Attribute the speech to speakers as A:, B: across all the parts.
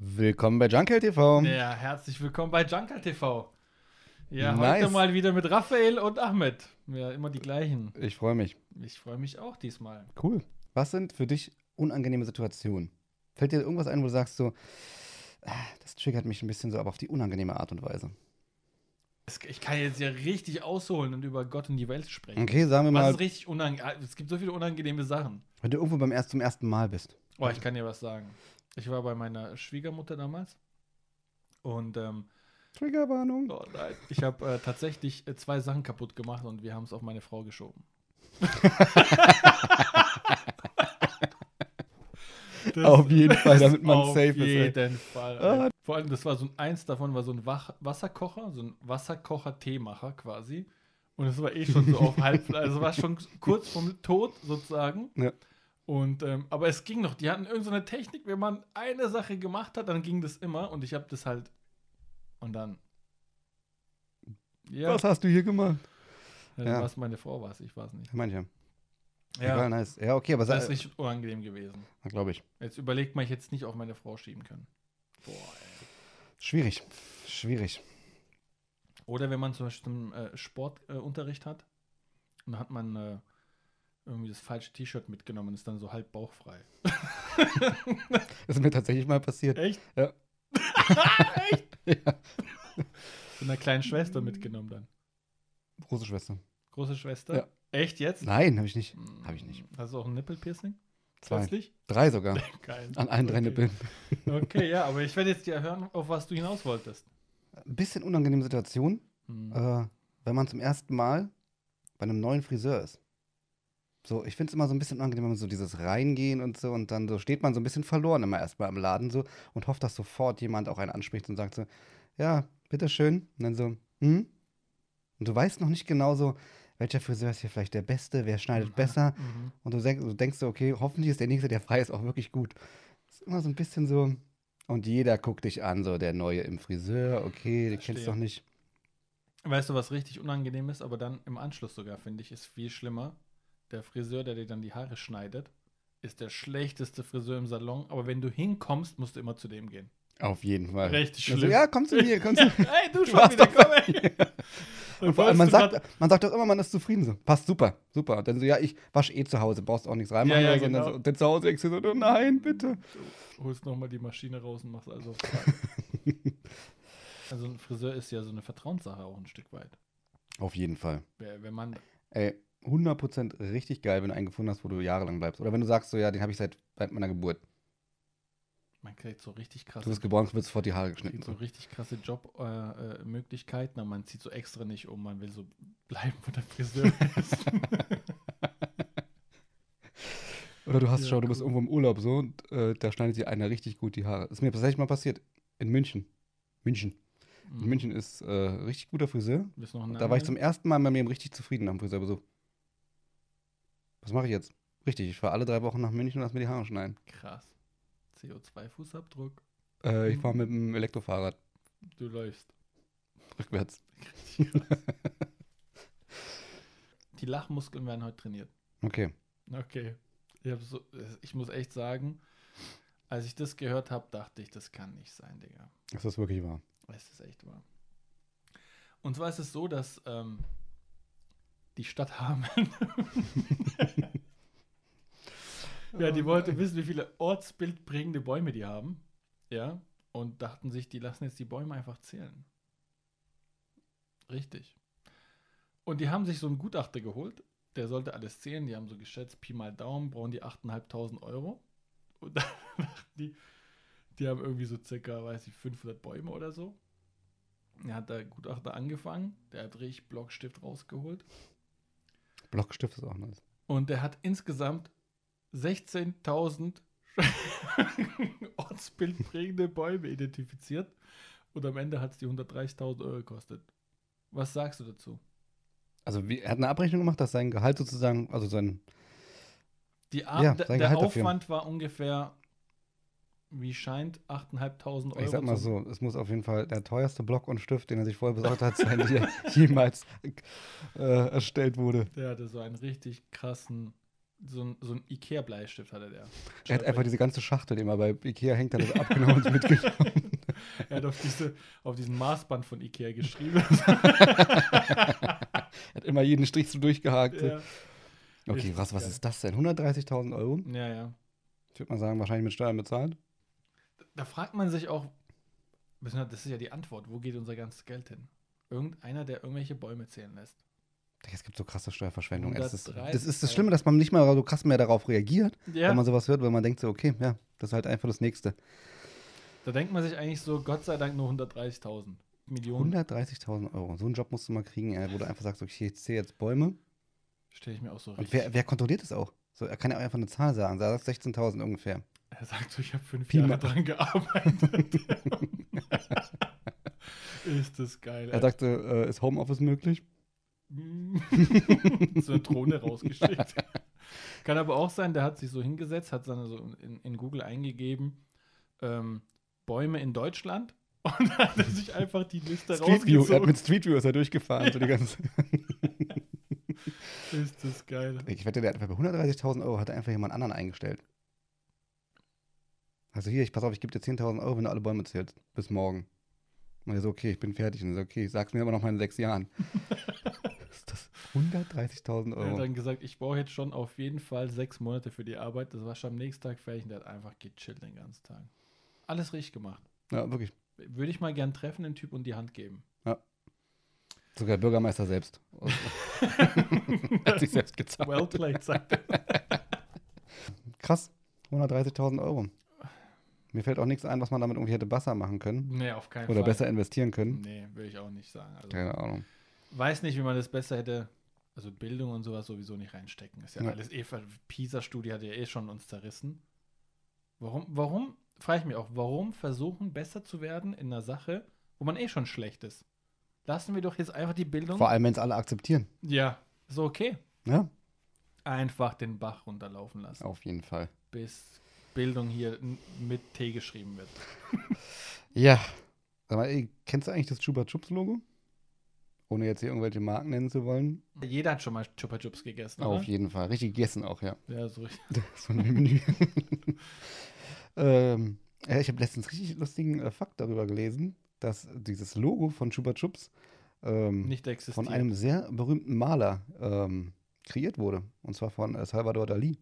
A: Willkommen bei Junkel TV.
B: Ja, herzlich willkommen bei Junker TV. Ja,
A: Nice.
B: heute mal wieder mit Raphael und Ahmed. Ja, immer die gleichen.
A: Ich freue mich.
B: Ich freue mich auch diesmal.
A: Cool. Was sind für dich unangenehme Situationen? Fällt dir irgendwas ein, wo du sagst so, "Ah, das triggert mich ein bisschen so, aber auf die unangenehme Art und Weise?
B: Es- Ich kann jetzt ja richtig ausholen und über Gott und die Welt sprechen.
A: Okay, sagen wir
B: Was
A: mal,
B: ist richtig unangenehm? Es gibt so viele unangenehme Sachen.
A: wenn du irgendwo beim erst, zum ersten Mal bist.
B: Oh, ich kann dir was sagen. Ich war bei meiner Schwiegermutter damals und ähm,
A: Triggerwarnung.
B: oh nein, ich habe äh, tatsächlich äh, zwei Sachen kaputt gemacht und wir haben es auf meine Frau geschoben. Das-
A: Auf jeden Fall, damit man
B: Auf
A: safe ist. ey.
B: jeden Fall. Alter. Vor allem, das war so ein eins davon, war so ein Wach Wasserkocher, so ein Wasserkocher-Teemacher quasi. Und es war eh schon so auf halb, also war schon kurz vom Tod sozusagen.
A: Ja.
B: Und, ähm, aber es ging noch. Die hatten irgendeine so eine Technik, wenn man eine Sache gemacht hat, dann ging das immer. Und ich habe das halt. Und dann. Ja,
A: Was hast du hier gemacht?
B: dann
A: ja.
B: war's äh, meine Frau war es, ich war es nicht.
A: Manche. Ja.
B: Ja,
A: nice. Ja, okay, aber
B: das
A: sei,
B: ist nicht unangenehm gewesen.
A: glaube ich.
B: Jetzt überlegt man, ich hätte es nicht auf meine Frau schieben können. Boah, ey.
A: Schwierig. Schwierig.
B: Oder wenn man zum Beispiel einen äh, Sportunterricht äh, Unterricht hat und dann hat man äh, irgendwie das falsche T-Shirt mitgenommen und ist dann so halb bauchfrei.
A: Das ist mir tatsächlich mal passiert.
B: Echt?
A: Ja.
B: Echt? Von einer kleinen Schwester mitgenommen dann.
A: Große Schwester.
B: Große Schwester?
A: Ja.
B: Echt jetzt?
A: Nein, habe ich nicht.
B: Hm,
A: hab ich nicht.
B: Hast du auch ein Nippelpiercing?
A: Zwei.
B: Plötzlich?
A: Drei sogar.
B: Geil.
A: An allen drei
B: Okay.
A: Nippeln.
B: Okay, ja, aber ich werde jetzt ja hören, auf was du hinaus wolltest.
A: Ein bisschen unangenehme Situation.
B: Hm.
A: äh, wenn man zum ersten Mal bei einem neuen Friseur ist. So, ich finde es immer so ein bisschen unangenehm, wenn man so dieses Reingehen und so und dann so steht man so ein bisschen verloren immer erstmal im Laden so und hofft, dass sofort jemand auch einen anspricht und sagt so, ja, bitteschön. Und dann so, hm? Und du weißt noch nicht genau so, welcher Friseur ist hier vielleicht der Beste, wer schneidet
B: Mhm.
A: besser.
B: Mhm.
A: Und du denkst, du denkst so, okay, hoffentlich ist der Nächste, der frei ist, auch wirklich gut. ist immer so ein bisschen so. Und jeder guckt dich an, so der Neue im Friseur, okay, den kennst
B: Verstehe.
A: du doch nicht.
B: Weißt du, was richtig unangenehm ist, aber dann im Anschluss sogar, finde ich, ist viel schlimmer. Der Friseur, der dir dann die Haare schneidet, ist der schlechteste Friseur im Salon, aber wenn du hinkommst, musst du immer zu dem gehen.
A: Auf jeden Fall.
B: Richtig
A: Also,
B: schlimm.
A: ja, komm zu mir, komm zu mir.
B: Ey, du
A: warst
B: schon wieder,
A: doch
B: komm ey.
A: Und vor allem, man sagt, man sagt doch immer, man ist zufrieden so. Passt super, super. Und dann so, ja, ich wasche eh zu Hause, brauchst auch nichts reinmachen.
B: Ja,
A: oder
B: ja,
A: so. Und dann,
B: genau.
A: so, und dann zu Hause denkst du so, oh nein, bitte.
B: holst nochmal die Maschine raus und machst alles auf Zeit. Also ein Friseur ist ja so eine Vertrauenssache auch ein Stück weit.
A: Auf jeden Fall.
B: Wer- Wenn man,
A: Ey, 100% richtig geil, wenn du einen gefunden hast, wo du jahrelang bleibst. Oder wenn du sagst, so, ja, den habe ich seit, seit meiner Geburt.
B: man kriegt so richtig krass.
A: Du bist geboren, wird sofort die Haare geschnitten.
B: kriegt so
A: So.
B: richtig krasse Jobmöglichkeiten, äh, Möglichkeiten, aber man zieht so extra nicht um, man will so bleiben, wo der Friseur ist.
A: Oder du hast
B: Ja,
A: schon, du bist
B: cool.
A: irgendwo im Urlaub so und äh, da schneidet dir einer richtig gut die Haare. Ist mir tatsächlich mal passiert. In München. München.
B: Mhm.
A: In München ist äh, richtig guter Friseur.
B: Bist noch
A: Da war ich zum ersten Mal in meinem Leben richtig zufrieden am Friseurbesuch. Was mache ich jetzt? Richtig, ich fahre alle drei Wochen nach München und lass mir die Haare schneiden.
B: Krass. CO2-Fußabdruck.
A: Äh, ich
B: Mhm.
A: fahre mit dem Elektrofahrrad
B: Du läufst.
A: rückwärts.
B: Die Lachmuskeln werden heute trainiert.
A: Okay.
B: Okay. Ich, hab so, ich muss echt sagen, als ich das gehört habe, dachte ich, das kann nicht sein, Digga.
A: Ist das wirklich wahr?
B: Es ist echt wahr. Und zwar ist es so, dass ähm, die Stadt Hameln. ja, die wollte wissen, wie viele ortsbildprägende Bäume die haben. Ja. Und dachten sich, die lassen jetzt die Bäume einfach zählen. Richtig. Und die haben sich so einen Gutachter geholt. Der sollte alles zählen. Die haben so geschätzt, Pi mal Daumen, brauchen die 8.500 Euro. Und dann dachten die, die haben irgendwie so circa, weiß ich, 500 Bäume oder so. Er hat der Gutachter angefangen, der hat richtig Blockstift rausgeholt
A: Blockstift ist auch nice.
B: und der hat insgesamt 16.000 ortsbildprägende Bäume identifiziert und am Ende hat es die 130.000 Euro gekostet. Was sagst du dazu?
A: Also wie, er hat eine Abrechnung gemacht, dass sein Gehalt sozusagen, also sein,
B: Die Ar
A: Ja,
B: der
A: sein
B: der
A: Gehalt dafür.
B: Aufwand war ungefähr, wie scheint, 8.500 Euro.
A: ich sag mal
B: zum-
A: so, es muss auf jeden Fall der teuerste Block und Stift, den er sich vorher besorgt hat, sein, der jemals äh, erstellt wurde.
B: Der hatte so einen richtig krassen so ein, so ein Ikea-Bleistift hatte der.
A: Er hat einfach diese ganze Schachtel, die immer bei Ikea hängt, hat er abgenommen und mitgenommen.
B: er hat auf, diese, auf diesen Maßband von Ikea geschrieben.
A: Er hat immer jeden Strich so durchgehakt. so.
B: ja.
A: Okay,
B: Richtig
A: was, was
B: geil.
A: ist das denn? 130.000 Euro?
B: ja, ja.
A: Ich würde mal sagen, wahrscheinlich mit Steuern bezahlt.
B: Da fragt man sich auch, beziehungsweise das ist ja die Antwort, wo geht unser ganzes Geld hin? Irgendeiner, der irgendwelche Bäume zählen lässt.
A: Digga, Es gibt so krasse Steuerverschwendung. Es ist, das
B: 130,
A: ist das
B: Alter.
A: Schlimme, dass man nicht mal so krass mehr darauf reagiert,
B: Ja,
A: wenn man sowas hört, weil man denkt so, okay, ja, das ist halt einfach das Nächste.
B: da denkt man sich eigentlich so, Gott sei Dank nur 130.000 Millionen.
A: 130.000 Euro. So einen Job musst du mal kriegen, ey, wo du einfach sagst, okay, ich zähle jetzt Bäume.
B: Stelle ich mir auch so
A: Und
B: richtig.
A: wer, wer kontrolliert das auch? So, er kann ja auch einfach eine Zahl sagen. Er sagt 16.000 ungefähr.
B: Er sagt so, ich habe fünf
A: Pi mal-
B: Jahre dran gearbeitet. ist das geil.
A: Er sagte, äh, ist Homeoffice möglich?
B: Alter. Mm. so eine Drohne rausgeschickt. Kann aber auch sein, der hat sich so hingesetzt, hat dann so in, in Google eingegeben, ähm, Bäume in Deutschland und hat er sich einfach die Liste
A: Street View. Er hat
B: rausgezogen.
A: mit Street View ist er durchgefahren. So die ganze
B: Ist das geil.
A: ich wette, der hat bei 130.000 Euro hat er einfach jemand anderen eingestellt. Also hier, ich pass auf, ich gebe dir 10.000 Euro, wenn du alle Bäume zählst. Bis morgen. Und er so, okay, ich bin fertig. Und er so, okay, sag's mir aber noch mal in sechs Jahren. ist das Oh. 130.000
B: Er hat
A: Euro?
B: dann gesagt, ich brauche jetzt schon auf jeden Fall sechs Monate für die Arbeit. Das war schon am nächsten Tag fertig und der hat einfach gechillt den ganzen Tag. Alles richtig gemacht.
A: Ja, wirklich.
B: Würde ich mal gern treffen, den Typ, und die Hand geben.
A: Sogar Bürgermeister selbst. hat sich selbst gezahlt.
B: Well played, sagt er.
A: Krass, 130.000 Euro. Mir fällt auch nichts ein, was man damit irgendwie hätte besser machen können.
B: Nee, auf keinen
A: Oder
B: Fall.
A: besser investieren können.
B: Nee, will ich auch nicht sagen. Also,
A: Keine Ahnung.
B: Weiß nicht, wie man das besser hätte. Also Bildung und sowas sowieso nicht reinstecken. Ist ja
A: Ja.
B: alles eh, ver- PISA-Studie hat ja eh schon uns zerrissen. Warum, warum, frage ich mich auch, warum versuchen, besser zu werden in einer Sache, wo man eh schon schlecht ist? Lassen wir doch jetzt einfach die Bildung.
A: Vor allem, wenn es alle akzeptieren.
B: Ja, ist okay.
A: Ja,
B: Einfach den Bach runterlaufen lassen,
A: auf jeden Fall.
B: bis Bildung hier n- mit T geschrieben wird.
A: Ja. Sag mal, ey, kennst du eigentlich das Chupa Chups Logo? Ohne jetzt hier irgendwelche Marken nennen zu wollen.
B: Jeder hat schon mal Chupa Chups gegessen,
A: Auf
B: oder?
A: jeden Fall. Richtig gegessen auch, ja.
B: Ja, so richtig.
A: so ein Menü. ähm, ja, ich habe letztens richtig lustigen äh, Fakt darüber gelesen, dass dieses Logo von Chupa Chups ähm,
B: Nicht existiert.
A: von einem sehr berühmten Maler ähm, kreiert wurde. Und zwar von äh, Salvador Dali.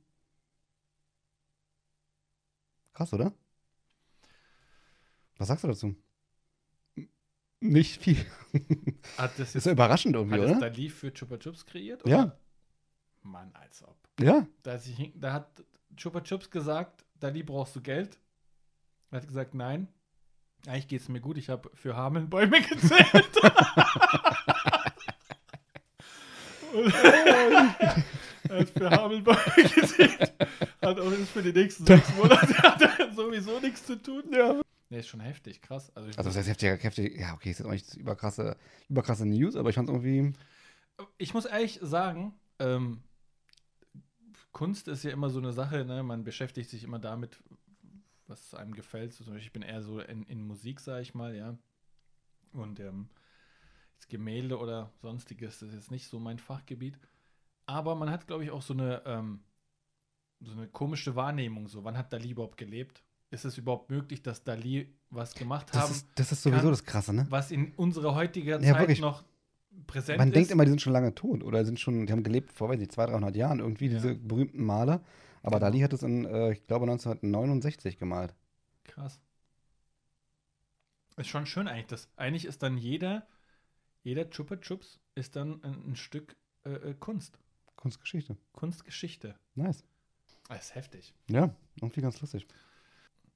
A: Krass, oder? Was sagst du dazu? N- Nicht viel.
B: Hat Ah, das
A: Ist
B: jetzt
A: ja überraschend irgendwie,
B: Hat das
A: oder?
B: Dalí für Chupa Chups kreiert?
A: Ja.
B: Mann, als ob.
A: Ja.
B: Da, hat sich, da hat Chupa Chups gesagt, Dalí brauchst du Geld. Er hat gesagt, nein. Eigentlich geht es mir gut, ich habe für Hameln Bäume gezählt. Und er hat für Hameln Bäume gezählt. Hat auch jetzt für die nächsten sechs Monate hat er sowieso nichts zu tun. Ja. Nee, ist schon heftig, krass. Also, ich,
A: Also, das ist heftig, heftig. Ja, okay, ist jetzt auch nicht überkrasse, überkrasse News, aber ich fand es irgendwie.
B: Ich muss ehrlich sagen, ähm, Kunst ist ja immer so eine Sache, ne? man beschäftigt sich immer damit, was einem gefällt. So Zum Beispiel, ich bin eher so in, in Musik, sage ich mal, ja. Und ähm, jetzt Gemälde oder sonstiges, das ist jetzt nicht so mein Fachgebiet. Aber man hat, glaube ich, auch so eine, ähm, so eine komische Wahrnehmung. So, wann hat Dali überhaupt gelebt? Ist es überhaupt möglich, dass Dali was gemacht
A: Das
B: haben,
A: ist, das ist sowieso
B: kann-
A: das Krasse, ne?
B: was in unserer heutiger
A: Ja,
B: Zeit
A: wirklich.
B: noch präsent
A: Man
B: ist?
A: denkt immer, die sind schon lange tot oder sind schon, die haben gelebt vor, weiß nicht, 200, 300 Jahren irgendwie,
B: Ja.
A: diese berühmten Maler. Aber
B: Genau.
A: Dalí hat es in, äh, ich glaube, 1969 gemalt.
B: Krass. Ist schon schön eigentlich. Das, eigentlich ist dann jeder, jeder Chupa Chups ist dann ein, ein Stück äh, äh, Kunst.
A: Kunstgeschichte.
B: Kunstgeschichte.
A: Nice.
B: Das ist heftig.
A: Ja, irgendwie ganz lustig.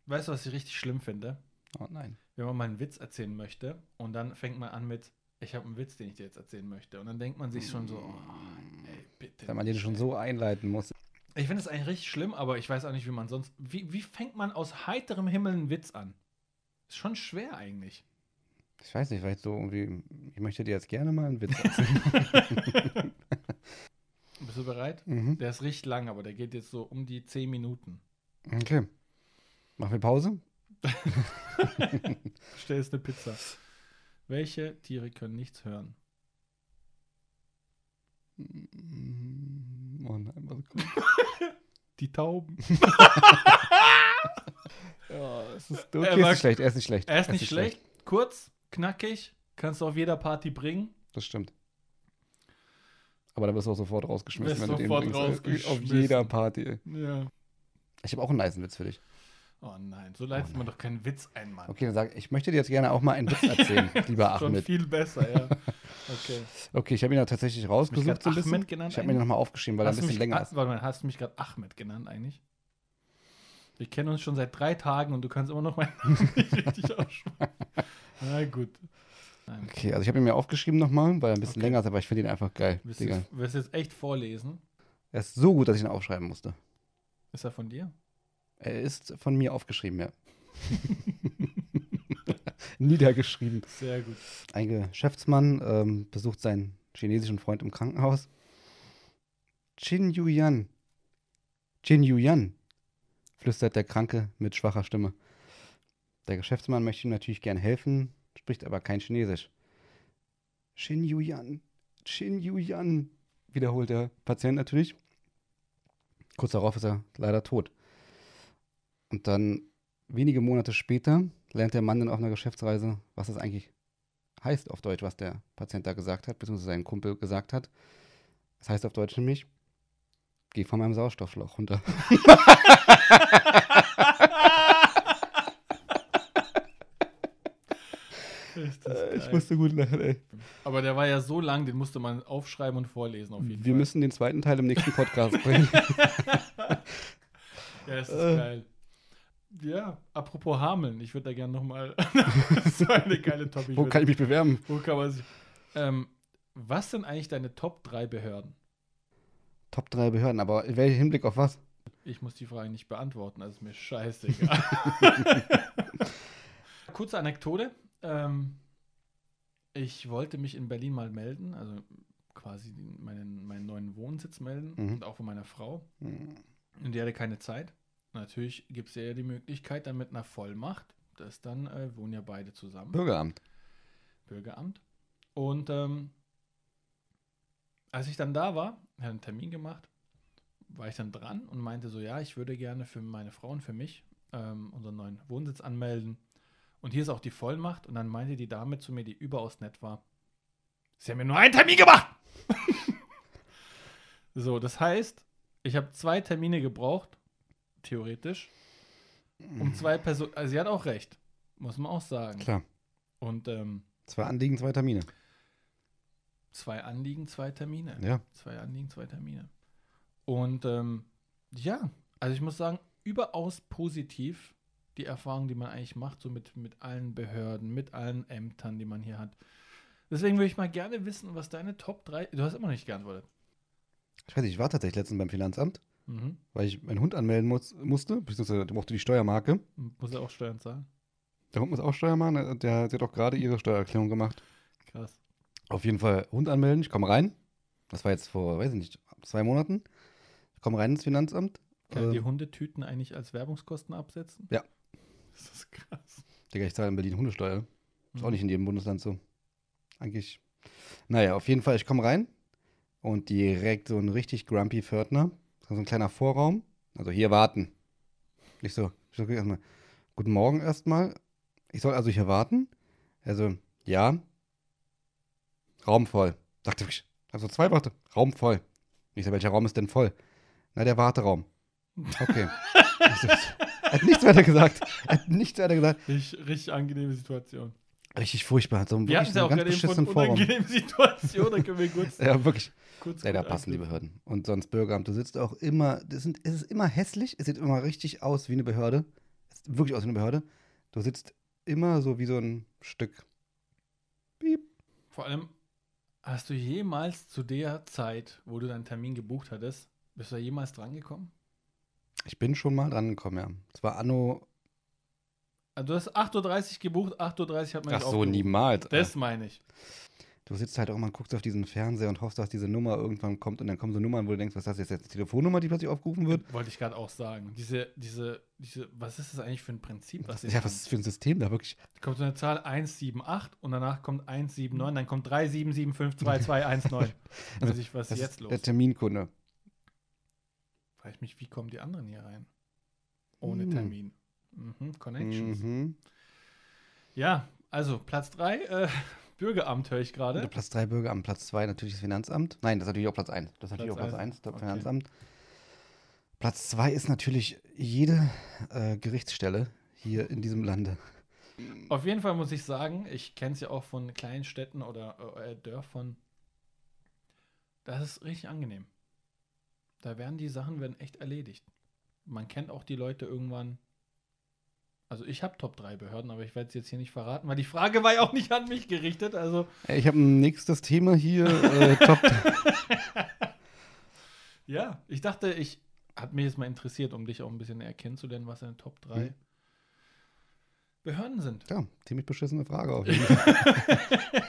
B: Weißt du, was ich richtig schlimm finde?
A: Oh nein.
B: Wenn man mal einen Witz erzählen möchte und dann fängt man an mit, ich habe einen Witz, den ich dir jetzt erzählen möchte. Und dann denkt man sich schon so,
A: Mm.
B: oh, ey, bitte.
A: Wenn man den
B: nicht,
A: schon
B: ey.
A: so einleiten muss.
B: Ich finde es eigentlich richtig schlimm, aber ich weiß auch nicht, wie man sonst. Wie, wie fängt man aus heiterem Himmel einen Witz an? Ist schon schwer eigentlich.
A: Ich weiß nicht, vielleicht so irgendwie, ich möchte dir jetzt gerne mal einen Witz erzählen.
B: Bist du bereit?
A: mhm.
B: Der ist richtig lang, aber der geht jetzt so um die 10 Minuten.
A: Okay. Oh Machen wir Pause?
B: Stell jetzt eine Pizza. Welche Tiere können nichts hören?
A: Mm, Oh nein, was
B: kommt. Die Tauben.
A: Ja, es ist,
B: Er
A: okay, es
B: war-
A: ist schlecht, er ist nicht schlecht.
B: Er ist
A: es
B: nicht schlecht, kurz, knackig, kannst du auf jeder Party bringen.
A: Das stimmt. Aber da wirst du auch sofort rausgeschmissen,
B: Wirst
A: wenn du den
B: sofort
A: bringst. ey. Auf
B: rausgeschmissen.
A: jeder Party.
B: Ja.
A: Ich habe auch einen nice Witz für dich.
B: Oh nein, so leitet man doch keinen Witz ein, Mann.
A: Okay, dann sag ich, möchte dir jetzt gerne auch mal einen Witz erzählen, lieber
B: Schon
A: Ahmed.
B: viel besser, ja. Okay.
A: Okay, ich habe ihn ja tatsächlich rausgesucht
B: grad
A: so ein bisschen.
B: Ahmed genannt
A: ich habe mir
B: eigentlich?
A: den nochmal aufgeschrieben, weil er ein
B: Hast du
A: bisschen
B: mich,
A: länger
B: ah,
A: ist.
B: Warte mal, hast du mich gerade Ahmed genannt eigentlich? Wir kennen uns schon seit drei Tagen und du kannst immer noch meinen Namen nicht richtig aussprechen. Na gut. Nein.
A: Okay, also ich habe ihn mir aufgeschrieben nochmal, weil er ein bisschen länger ist, aber ich finde ihn einfach geil.
B: Willst du
A: Digga.
B: jetzt- willst du jetzt echt vorlesen?
A: Er ist so gut, dass ich ihn aufschreiben musste.
B: Ist er von dir?
A: Er ist von mir aufgeschrieben, ja. Niedergeschrieben.
B: Sehr gut.
A: Ein Geschäftsmann ähm, besucht seinen chinesischen Freund im Krankenhaus. Qin Yuyan. Qin Yuyan, flüstert der Kranke mit schwacher Stimme. Der Geschäftsmann möchte ihm natürlich gern helfen, spricht aber kein Chinesisch. Qin Yuyan, Qin Yuyan, wiederholt der Patient natürlich. Kurz darauf ist er leider tot. Und dann, wenige Monate später, lernt der Mann dann auf einer Geschäftsreise, was es eigentlich heißt auf Deutsch, was der Patient da gesagt hat, beziehungsweise sein Kumpel gesagt hat. Das heißt auf Deutsch nämlich, geh von meinem Sauerstoffloch runter.
B: Ist das geil.
A: Äh, gut lachen, ey.
B: Aber der war ja so lang, den musste man aufschreiben und vorlesen auf jeden
A: Wir
B: Fall.
A: müssen den zweiten Teil im nächsten Podcast bringen.
B: Ja, ist
A: Äh.
B: das geil. Ja, apropos Hameln, ich würde da gerne nochmal. so eine geile Topic.
A: Wo kann ich mich bewerben?
B: Wo kann man sich. Ähm, was sind eigentlich deine Top 3 Behörden?
A: Top 3 Behörden, aber in welchem Hinblick auf was?
B: Ich muss die Frage nicht beantworten, also ist mir scheißegal. Kurze Anekdote. Ähm, ich wollte mich in Berlin mal melden, also quasi meinen, meinen neuen Wohnsitz melden
A: Mhm.
B: und auch von meiner Frau.
A: Hm,
B: Und die hatte keine Zeit. Natürlich gibt es ja die Möglichkeit, dann mit einer Vollmacht, dass dann äh, wohnen ja beide zusammen.
A: Bürgeramt.
B: Bürgeramt. Und ähm, als ich dann da war, hatte einen Termin gemacht, war ich dann dran und meinte so, ja, ich würde gerne für meine Frau und für mich ähm, unseren neuen Wohnsitz anmelden. Und hier ist auch die Vollmacht. Und dann meinte die Dame zu mir, die überaus nett war, sie haben mir nur einen Termin gemacht. so, das heißt, ich habe zwei Termine gebraucht, theoretisch, um zwei Personen. Also sie hat auch recht, muss man auch sagen.
A: Mhm. Klar.
B: Und ähm,
A: Zwei Anliegen, zwei Termine.
B: Zwei Anliegen, zwei Termine.
A: Ja.
B: Zwei Anliegen, zwei Termine. Und ähm, ja, also ich muss sagen, überaus positiv die Erfahrung, die man eigentlich macht, so mit, mit allen Behörden, mit allen Ämtern, die man hier hat. Deswegen würde ich mal gerne wissen, was deine Top 3. Du hast immer noch nicht geantwortet.
A: Ich weiß nicht, ich war tatsächlich letztens beim Finanzamt,
B: Mhm.
A: weil ich meinen Hund anmelden muss, musste, beziehungsweise der mochte die Steuermarke.
B: Muss er auch Steuern zahlen?
A: Der Hund muss auch Steuer machen, äh, der, der hat auch gerade ihre Steuererklärung gemacht.
B: Krass.
A: Auf jeden Fall Hund anmelden, ich komme rein. Das war jetzt vor, weiß ich nicht, zwei Monaten. Ich komme rein ins Finanzamt.
B: Können die
A: Ähm,
B: Hundetüten eigentlich als Werbungskosten absetzen?
A: ja.
B: Das ist krass.
A: Digga, ich zahle in Berlin Hundesteuer. Ist auch nicht in jedem Bundesland so. Eigentlich. Naja, auf jeden Fall, ich komme rein und direkt so ein richtig grumpy Pförtner. So ein kleiner Vorraum. Also hier warten. Ich so, ich so erstmal, guten Morgen erstmal. Ich soll also hier warten? Also, ja. Raum voll. Sagte ich. Also zwei Worte. Raum voll. Ich so, welcher Raum ist denn voll? Na, der Warteraum. Okay. Ich so, er hat nichts weiter gesagt. Er hat nichts weiter gesagt.
B: Richtig, richtig angenehme Situation.
A: Richtig furchtbar. So ein
B: Wir
A: wirklich
B: hatten
A: so
B: ja
A: einen
B: auch
A: ganz
B: gerade eben von
A: beschissenen Vorraum.
B: unangenehmen Situationen, da können wir kurz,
A: Ja, wirklich.
B: kurz
A: Ja, da
B: gut
A: passen die Behörden. Und sonst Bürgeramt, du sitzt auch immer, das sind, es ist immer hässlich, es sieht immer richtig aus wie eine Behörde. Es sieht wirklich aus wie eine Behörde. Du sitzt immer so wie so ein Stück. Piep.
B: Vor allem, hast du jemals zu der Zeit, wo du deinen Termin gebucht hattest, bist du da jemals drangekommen?
A: Ich bin schon mal dran gekommen, ja. Es war Anno.
B: Also du hast 8.30 Uhr gebucht, 8.30 Uhr hat man dich aufgerufen.
A: niemals. Äh,
B: Das meine ich.
A: Du sitzt halt auch immer und guckst auf diesen Fernseher und hoffst, dass diese Nummer irgendwann kommt. Und dann kommen so Nummern, wo du denkst, was ist das jetzt? jetzt eine Telefonnummer, die plötzlich aufgerufen wird?
B: Wollte ich gerade auch sagen. Diese, diese, diese, was ist das eigentlich für ein Prinzip? Was
A: ja, was ist das für ein System da wirklich?
B: Kommt so eine Zahl 178 und danach kommt 179, dann kommt 37752219. Weiß ich, was ist
A: Also, Das
B: jetzt
A: Der
B: los?
A: Terminkunde.
B: frage ich mich, wie kommen die anderen hier rein? Ohne
A: Hm.
B: Termin. Mhm, Connections.
A: Mhm.
B: Ja, also Platz 3, äh, Bürgeramt höre ich
A: Ja,
B: gerade.
A: Also Platz 3 Bürgeramt, Platz 2 natürlich das Finanzamt. Nein, das ist natürlich auch Platz 1. Das ist natürlich auch
B: Platz
A: Platz
B: eins,
A: 1, das
B: okay.
A: Finanzamt. Platz 2 ist natürlich jede äh, Gerichtsstelle hier in diesem Lande.
B: Auf jeden Fall muss ich sagen, ich kenne es ja auch von kleinen Städten oder äh, Dörfern. Das ist richtig angenehm. Da werden die Sachen werden echt erledigt. Man kennt auch die Leute irgendwann. Also ich habe Top 3 Behörden, aber ich werde es jetzt hier nicht verraten, weil die Frage war ja auch nicht an mich gerichtet. Also
A: Äh, Ich habe ein nächstes Thema hier. Äh, top.
B: ja, ich dachte, ich hat mich jetzt mal interessiert, um dich auch ein bisschen näher kennenzulernen, was deine Top 3
A: Mhm.
B: Behörden sind.
A: Ja, ziemlich beschissene Frage auf jeden Fall.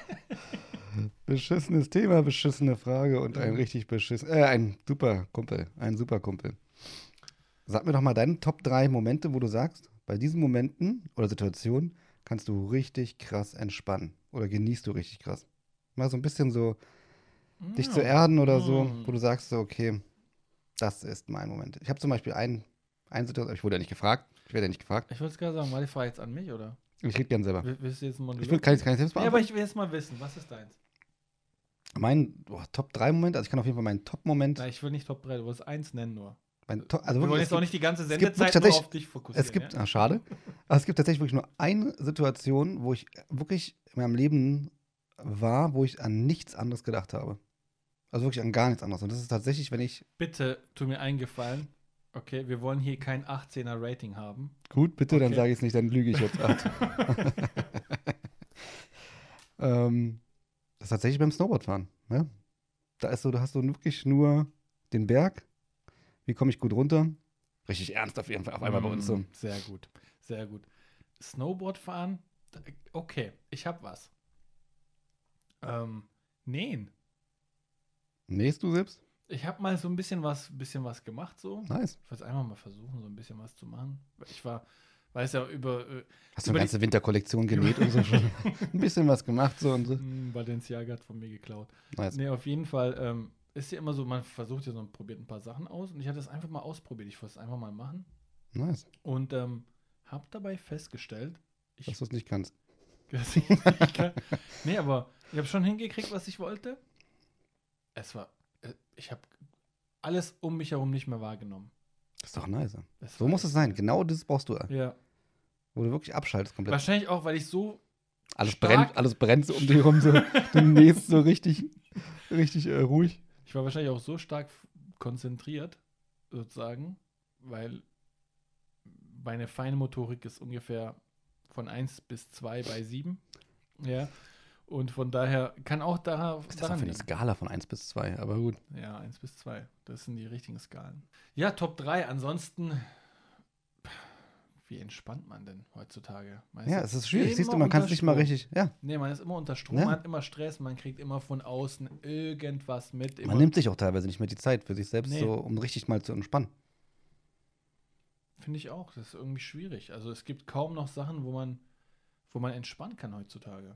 A: Beschissenes Thema, beschissene Frage und ein
B: Mhm.
A: richtig beschissen. Äh, ein super Kumpel, ein super Kumpel. Sag mir doch mal deine Top 3 Momente, wo du sagst, bei diesen Momenten oder Situationen kannst du richtig krass entspannen oder genießt du richtig krass. Mal so ein bisschen so dich zu
B: Ja.
A: erden oder so,
B: Mhm.
A: wo du sagst, so, okay, das ist mein Moment. Ich habe zum Beispiel einen, einen Situation, ich wurde ja nicht gefragt, ich werde ja nicht gefragt,
B: Ich würde es gerade sagen, war die Frage jetzt an mich, oder?
A: ich rede gern selber.
B: Will- Willst du jetzt einen Monolog?
A: Ich will keine, keine Tipps
B: ja,
A: beantworten.
B: aber ich will jetzt mal wissen, was ist deins?
A: Mein boah, Top 3 Moment, also ich kann auf jeden Fall meinen Top Moment,
B: Na, ich will nicht Top 3, du wolltest eins nennen nur.
A: mein Top, also
B: Wir wollen
A: wirklich,
B: jetzt
A: es
B: auch
A: gibt,
B: nicht die ganze
A: gibt wirklich
B: Sendezeit nur
A: tatsächlich-
B: auf dich fokussieren.
A: es gibt
B: ja?
A: ah, schade, aber es gibt tatsächlich wirklich nur eine Situation, wo ich wirklich in meinem Leben war, wo ich an nichts anderes gedacht habe. Also wirklich an gar nichts anderes. Und das ist tatsächlich, wenn ich
B: Bitte, tu mir eingefallen. Okay, wir wollen hier kein 18er Rating haben.
A: gut, bitte, dann
B: Okay.
A: sage ich es nicht, dann lüge ich jetzt. Ach. ähm, das ist tatsächlich beim Snowboardfahren. Ne? Da ist so, da hast du wirklich nur den Berg. Wie komme ich gut runter? Richtig ernst auf jeden Fall, auf einmal bei uns so.
B: Mm, Sehr gut, sehr gut. Snowboard fahren? Da- Okay, ich hab was. Ähm, nähen.
A: Nähst du selbst?
B: Ich hab mal so ein bisschen was, bisschen was gemacht so.
A: Nice.
B: Ich wollte einfach mal versuchen, so ein bisschen was zu machen. Ich war, weiß ja, über äh,
A: Hast du
B: Über
A: eine
B: die-
A: ganze Winterkollektion genäht und so schon? Ein bisschen was gemacht so und so.
B: Mm, Balenciaga hat von mir geklaut.
A: Nice.
B: Nee, auf jeden Fall ähm, ist ja immer so, man versucht ja so, man probiert ein paar Sachen aus und ich hatte das einfach mal ausprobiert. Ich wollte es einfach mal machen
A: Nice.
B: und ähm, habe dabei festgestellt, ich,
A: Dass du es nicht kannst.
B: dass ich nicht kann. Nee, aber ich habe schon hingekriegt, was ich wollte. Es war, äh, ich habe alles um mich herum nicht mehr wahrgenommen.
A: Das ist doch nice.
B: Das
A: So
B: war
A: muss
B: echt-
A: es sein. Genau das brauchst du,
B: Ja,
A: wo du wirklich abschaltest komplett.
B: wahrscheinlich auch, weil ich so
A: Alles
B: stark-
A: brennt, alles brennt so um dich herum. So. Du nähst so richtig, richtig äh, ruhig.
B: Ich war wahrscheinlich auch so stark f- konzentriert, sozusagen, weil meine Feinmotorik ist ungefähr von 1 bis 2 bei 7. Ja. Und von daher kann auch da,
A: Was ist das denn
B: daran
A: für eine
B: liegen.
A: Skala von 1 bis 2? Aber gut.
B: Ja, 1 bis 2. Das sind die richtigen Skalen. Ja, Top 3. Ansonsten, wie entspannt man denn heutzutage? Weißt
A: Ja,
B: du?
A: es ist schwierig. Siehst du,
B: Immer
A: man kann es
B: unter
A: nicht mal
B: Strom.
A: richtig. Ne? Ja,
B: Nee, man ist immer unter Strom,
A: Ja.
B: man hat immer Stress, man kriegt immer von außen irgendwas mit. Immer
A: man nimmt sich auch teilweise nicht mehr die Zeit für sich selbst,
B: Nee.
A: so, um richtig mal zu entspannen.
B: Finde ich auch. Das ist irgendwie schwierig. Also es gibt kaum noch Sachen, wo man, wo man entspannen kann heutzutage.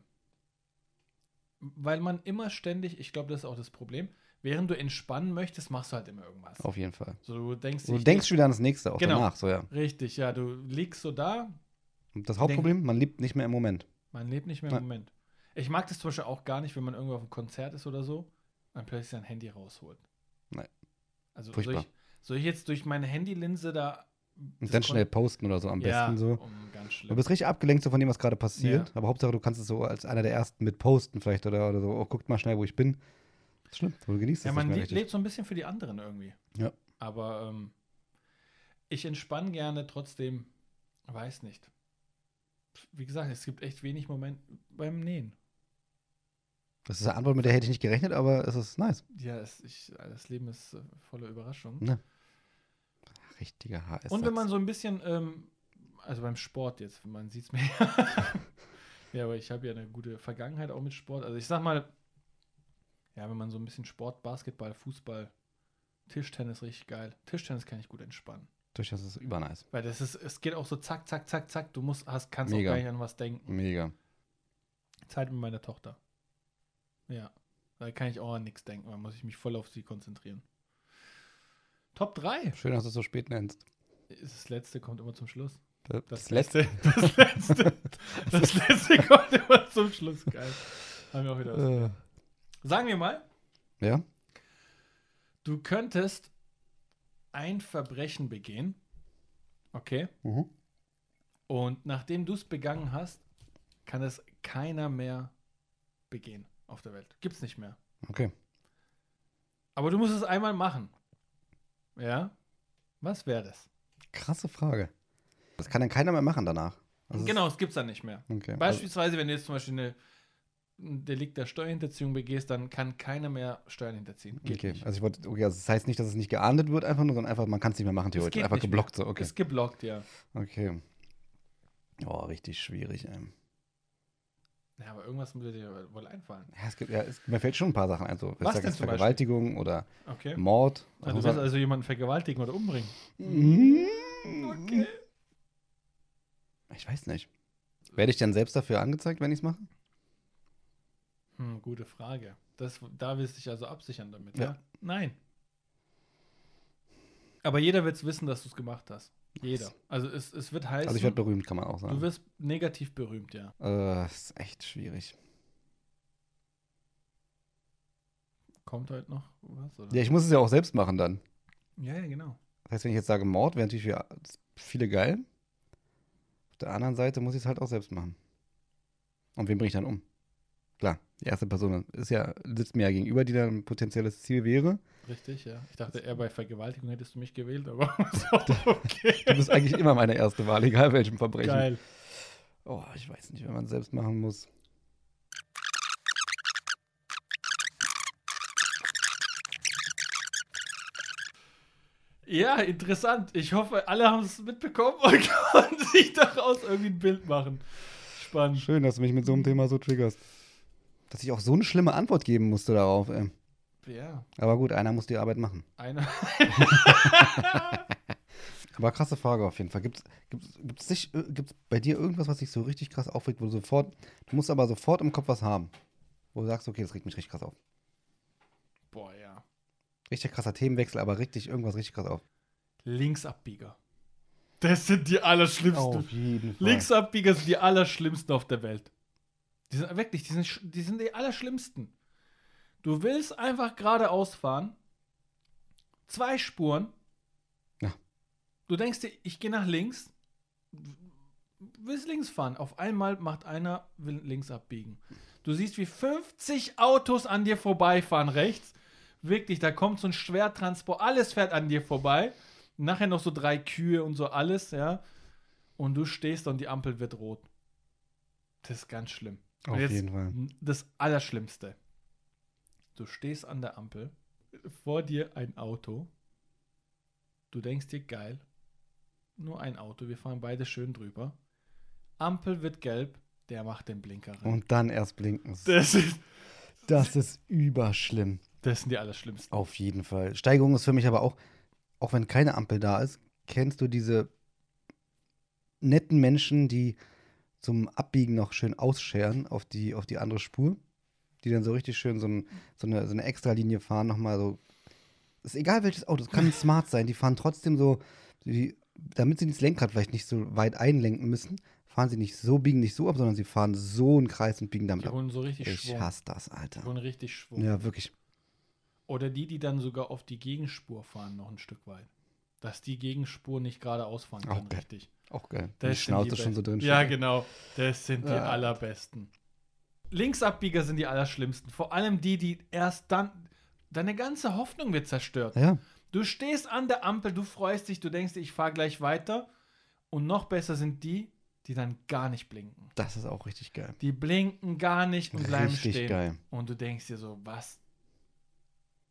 B: Weil man immer ständig, ich glaube, das ist auch das Problem, während du entspannen möchtest, machst du halt immer irgendwas.
A: Auf jeden Fall.
B: So du denkst,
A: Du
B: ich-
A: denkst schon wieder an das nächste, auch
B: Genau.
A: danach. So, ja.
B: richtig, ja, du liegst so da,
A: Und das Hauptproblem, man lebt nicht mehr im Moment.
B: man lebt nicht mehr im
A: Ja.
B: Moment. Ich mag das zum Beispiel auch gar nicht, wenn man irgendwo auf einem Konzert ist oder so, dann plötzlich sein Handy rausholt.
A: Nein.
B: Also soll
A: Furchtbar.
B: ich, soll ich jetzt durch meine Handylinse da das
A: Und dann
B: Kon-
A: schnell posten oder so am
B: ja,
A: besten so.
B: Um, ganz schlimm.
A: Du bist richtig abgelenkt so von dem, was gerade passiert. Aber Hauptsache, du kannst es so als einer der ersten mit posten vielleicht oder, oder so. Oh, guckt mal schnell, wo ich bin. Das ist schlimm. Du genießt
B: Ja,
A: es
B: man
A: nicht
B: le-
A: mehr richtig.
B: lebt so ein bisschen für die anderen irgendwie.
A: Ja.
B: Aber ähm, ich entspanne gerne trotzdem, weiß nicht. Wie gesagt, es gibt echt wenig Moment beim Nähen.
A: Das ist eine Antwort, mit der hätte ich nicht gerechnet, aber es ist nice.
B: Ja, es, ich, das Leben ist äh, voller Überraschungen.
A: Ja, Richtiger HS.
B: Und wenn man so ein bisschen, ähm, also beim Sport jetzt, man sieht es mir. ja, aber ich habe ja eine gute Vergangenheit auch mit Sport. Also ich sag mal, ja, wenn man so ein bisschen Sport, Basketball, Fußball, Tischtennis richtig geil. Tischtennis kann ich gut entspannen.
A: Durchaus ist es übernice.
B: Weil das ist, es geht auch so zack, zack, zack, zack. Du musst, hast, kannst
A: Mega.
B: auch gar nicht an was denken.
A: Mega.
B: Zeit mit meiner Tochter. Ja. Da kann ich auch an nichts denken. Da muss ich mich voll auf sie konzentrieren. Top 3.
A: Schön, dass du es so spät nennst.
B: Das letzte kommt immer zum Schluss.
A: Das,
B: Das letzte. Das letzte. das letzte kommt immer zum Schluss. Geil. Haben wir auch wieder
A: Äh,
B: was. Sagen wir mal,
A: ja?
B: du könntest ein Verbrechen begehen. Okay.
A: Mhm.
B: Und nachdem du es begangen hast, kann es keiner mehr begehen auf der Welt. Gibt's nicht mehr.
A: Okay.
B: Aber du musst es einmal machen. Ja? Was wäre das?
A: Krasse Frage. Das kann dann keiner mehr machen danach. Also es-
B: genau, es gibt's dann nicht mehr.
A: Okay. Also,
B: Beispielsweise, wenn du jetzt zum Beispiel eine, ein Delikt der Steuerhinterziehung begehst, dann kann keiner mehr Steuern hinterziehen. Geht
A: okay.
B: nicht.
A: also ich wollte, okay, also das heißt nicht, dass es nicht geahndet wird, einfach nur, sondern einfach, man kann es nicht mehr machen, theoretisch.
B: geht
A: Einfach
B: nicht mehr.
A: geblockt so, okay.
B: Ist geblockt, ja.
A: Okay. Oh, richtig schwierig, ey.
B: Ja, aber irgendwas würde dir wohl einfallen.
A: Ja, es gibt, ja, es, mir fällt schon ein paar Sachen ein. So, ich
B: Was
A: sag
B: denn
A: jetzt
B: zum Beispiel?
A: Vergewaltigung oder
B: Okay.
A: Mord.
B: Also, du willst also jemanden vergewaltigen oder umbringen.
A: Mhm. Ich weiß nicht. Werde ich dann selbst dafür angezeigt, wenn ich es mache?
B: Hm, gute Frage. Das, da willst du dich also absichern damit,
A: Ja.
B: ja? Nein. Aber jeder wird wissen, dass du es gemacht hast. Jeder.
A: Was?
B: Also es, es wird heißen,
A: Also ich werde berühmt, kann man auch
B: du
A: sagen.
B: wirst negativ berühmt, ja.
A: Äh, ist echt schwierig.
B: Kommt heute noch was? Oder?
A: Ja, ich muss es ja auch selbst machen dann.
B: ja, ja, genau.
A: Das heißt, wenn ich jetzt sage Mord, wäre natürlich für viele geil. Auf der anderen Seite muss ich es halt auch selbst machen. Und wen bringe ich dann um? Klar, die erste Person ist ja, sitzt mir ja gegenüber, die dann ein potenzielles Ziel wäre.
B: Richtig, ja. Ich dachte eher bei Vergewaltigung hättest du mich gewählt, aber ist auch okay.
A: Du bist eigentlich immer meine erste Wahl, egal welchem Verbrechen.
B: Geil.
A: Oh, ich weiß nicht, wenn man es selbst machen muss.
B: Ja, interessant. Ich hoffe, alle haben es mitbekommen und konnten sich daraus irgendwie ein Bild machen. Spannend.
A: Schön, dass du mich mit so einem Thema so triggerst. Dass ich auch so eine schlimme Antwort geben musste darauf. Ey.
B: Ja,
A: Aber gut, einer muss die Arbeit machen.
B: einer.
A: Aber krasse Frage auf jeden Fall. Gibt es gibt's, gibt's dich- äh, gibt's bei dir irgendwas, was dich so richtig krass aufregt, wo du sofort, du musst aber sofort im Kopf was haben, wo du sagst, okay, das regt mich richtig krass auf.
B: Boah, ja.
A: Richtig krasser Themenwechsel, aber richtig irgendwas richtig krass auf.
B: Linksabbieger. Das sind die allerschlimmsten.
A: jeden
B: Linksabbieger sind die allerschlimmsten auf der Welt. Die sind wirklich, die sind, sch- die sind die allerschlimmsten. Du willst einfach geradeaus fahren. Zwei Spuren.
A: Ja.
B: Du denkst dir, ich gehe nach links. Willst links fahren. Auf einmal macht einer, will links abbiegen. Du siehst, wie 50 Autos an dir vorbeifahren rechts. Wirklich, da kommt so ein Schwertransport. Alles fährt an dir vorbei. Nachher noch so drei Kühe und so alles, ja. Und du stehst da und die Ampel wird rot. Das ist ganz schlimm.
A: Auf
B: Und jetzt
A: jeden Fall.
B: Das Allerschlimmste. Du stehst an der Ampel, vor dir ein Auto. Du denkst dir, geil, nur ein Auto, wir fahren beide schön drüber. Ampel wird gelb, der macht den Blinker rein.
A: Und dann erst blinken.
B: Das, ist,
A: Das ist überschlimm.
B: das sind die Allerschlimmsten.
A: Auf jeden Fall. Steigerung ist für mich aber auch, auch wenn keine Ampel da ist, kennst du diese netten Menschen, die zum Abbiegen noch schön ausscheren auf die, auf die andere Spur, die dann so richtig schön so, ein, so, eine, so eine Extralinie fahren, nochmal so. Ist egal welches Auto, es kann ein Smart sein, die fahren trotzdem so, die, damit sie das Lenkrad vielleicht nicht so weit einlenken müssen, fahren sie nicht so, biegen nicht so ab, sondern sie fahren so einen Kreis und biegen damit
B: Die
A: ab.
B: holen so richtig
A: Ich
B: Schwung.
A: hasse das,
B: Die
A: Alter.
B: holen richtig Schwung.
A: Ja, wirklich.
B: Oder die, die dann sogar auf die Gegenspur fahren, noch ein Stück weit. Dass die Gegenspur nicht geradeaus fahren kann,
A: Okay.
B: richtig.
A: Auch geil.
B: Das
A: die
B: sind
A: Schnauze
B: die
A: schon so
B: Besten.
A: drin.
B: Ja,
A: stecken.
B: genau. Das sind die
A: Ja.
B: allerbesten. Linksabbieger sind die allerschlimmsten. Vor allem die, die erst dann. Deine ganze Hoffnung wird zerstört.
A: Ah Ja,
B: Du stehst an der Ampel, du freust dich, du denkst, ich fahre gleich weiter. Und noch besser sind die, die dann gar nicht blinken.
A: das ist auch richtig geil.
B: Die blinken gar nicht und bleiben
A: Richtig
B: stehen.
A: geil.
B: Und du denkst dir so, was?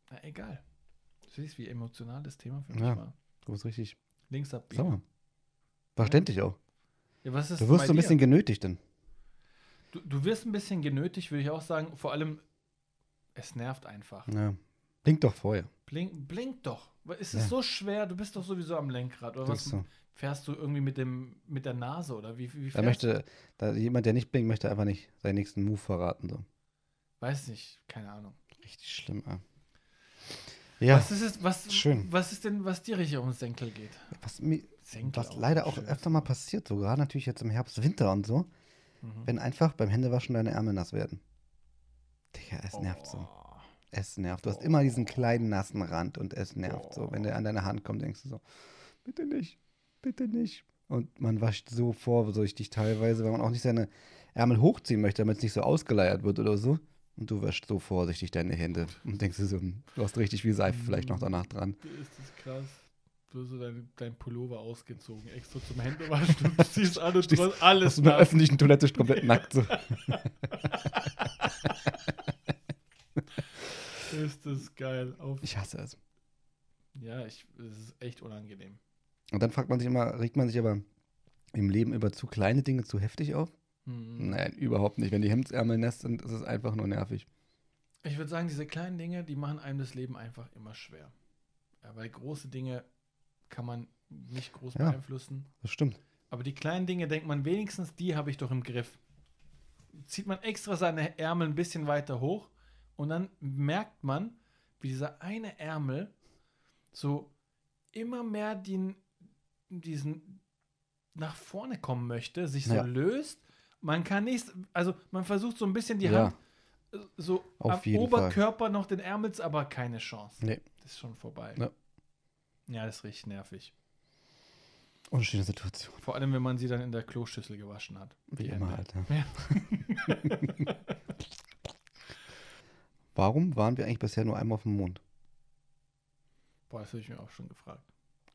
B: Na egal. Du siehst, wie emotional das Thema für mich
A: Ja.
B: war.
A: Du bist richtig
B: Linksabbieger.
A: sauer. Verständlich auch.
B: Ja, was ist
A: Du
B: denn
A: wirst
B: bei
A: so ein
B: dir?
A: bisschen genötigt dann.
B: Du, du wirst ein bisschen genötigt, würde ich auch sagen. Vor allem, es nervt einfach.
A: Ja. Link doch vorher.
B: Blink, blink doch. Ist
A: Ja.
B: es so schwer? Du bist doch sowieso am Lenkrad. Oder
A: Das
B: was?
A: ist so.
B: Fährst du irgendwie mit, dem, mit der Nase oder wie, wie
A: Da
B: fährst du?
A: möchte, da jemand, der nicht blinkt, möchte einfach nicht seinen nächsten Move verraten. So.
B: Weiß nicht, keine Ahnung.
A: Richtig schlimm, ey. Ja,
B: Was ist es, was,
A: Schön.
B: was ist denn, was dir richtig auf den Senkel geht?
A: was, mi-
B: Senkel
A: was
B: auch
A: leider
B: ein
A: auch
B: schönes
A: öfter mal passiert, so gerade natürlich jetzt im Herbst, Winter und so,
B: Mhm.
A: wenn einfach beim Händewaschen deine Ärmel nass werden. Digga, es nervt so.
B: Oh.
A: Es nervt. Du hast immer diesen kleinen nassen Rand und es nervt so. Wenn der an deine Hand kommt, denkst du so, bitte nicht, bitte nicht. Und man wascht so vorsichtig teilweise, weil man auch nicht seine Ärmel hochziehen möchte, damit es nicht so ausgeleiert wird oder so. Und du wäschst so vorsichtig deine Hände und denkst dir so, hm, du hast richtig viel Seife vielleicht
B: Mhm.
A: noch danach dran.
B: Dir Ist das krass? Du hast so dein, dein Pullover ausgezogen, extra zum Händewaschen. Du ziehst an und
A: Stehst-
B: du hast alles
A: Aus einer
B: nass.
A: öffentlichen Toilette ist komplett nackt so.
B: Ist das geil. Auf.
A: Ich hasse es.
B: Ja, ich, es ist echt unangenehm.
A: Und dann fragt man sich immer, regt man sich aber im Leben über zu kleine Dinge zu heftig auf?
B: Hm.
A: Nein, überhaupt nicht. Wenn die Hemdsärmel nass sind, ist es einfach nur nervig.
B: Ich würde sagen, diese kleinen Dinge, die machen einem das Leben einfach immer schwer. Ja, weil große Dinge kann man nicht groß
A: Ja.
B: beeinflussen.
A: Das stimmt.
B: Aber die kleinen Dinge denkt man wenigstens, die habe ich doch im Griff. Zieht man extra seine Ärmel ein bisschen weiter hoch und dann merkt man, wie dieser eine Ärmel so immer mehr den, diesen nach vorne kommen möchte, sich so
A: Ja.
B: löst. Man kann nichts, also man versucht so ein bisschen die
A: Ja.
B: Hand äh, so
A: Auf
B: am
A: jeden Fall.
B: Oberkörper noch den Ärmel, aber keine Chance.
A: Nee.
B: Das ist schon vorbei.
A: Ja.
B: ja, das ist richtig nervig.
A: Unschöne Situation.
B: Vor allem, wenn man sie dann in der Kloschüssel gewaschen hat.
A: Wie
B: Die
A: immer, halt,
B: Hände.
A: Alter.
B: Ja. ne?
A: Warum waren wir eigentlich bisher nur einmal auf dem Mond?
B: Boah, das habe ich mir auch schon gefragt.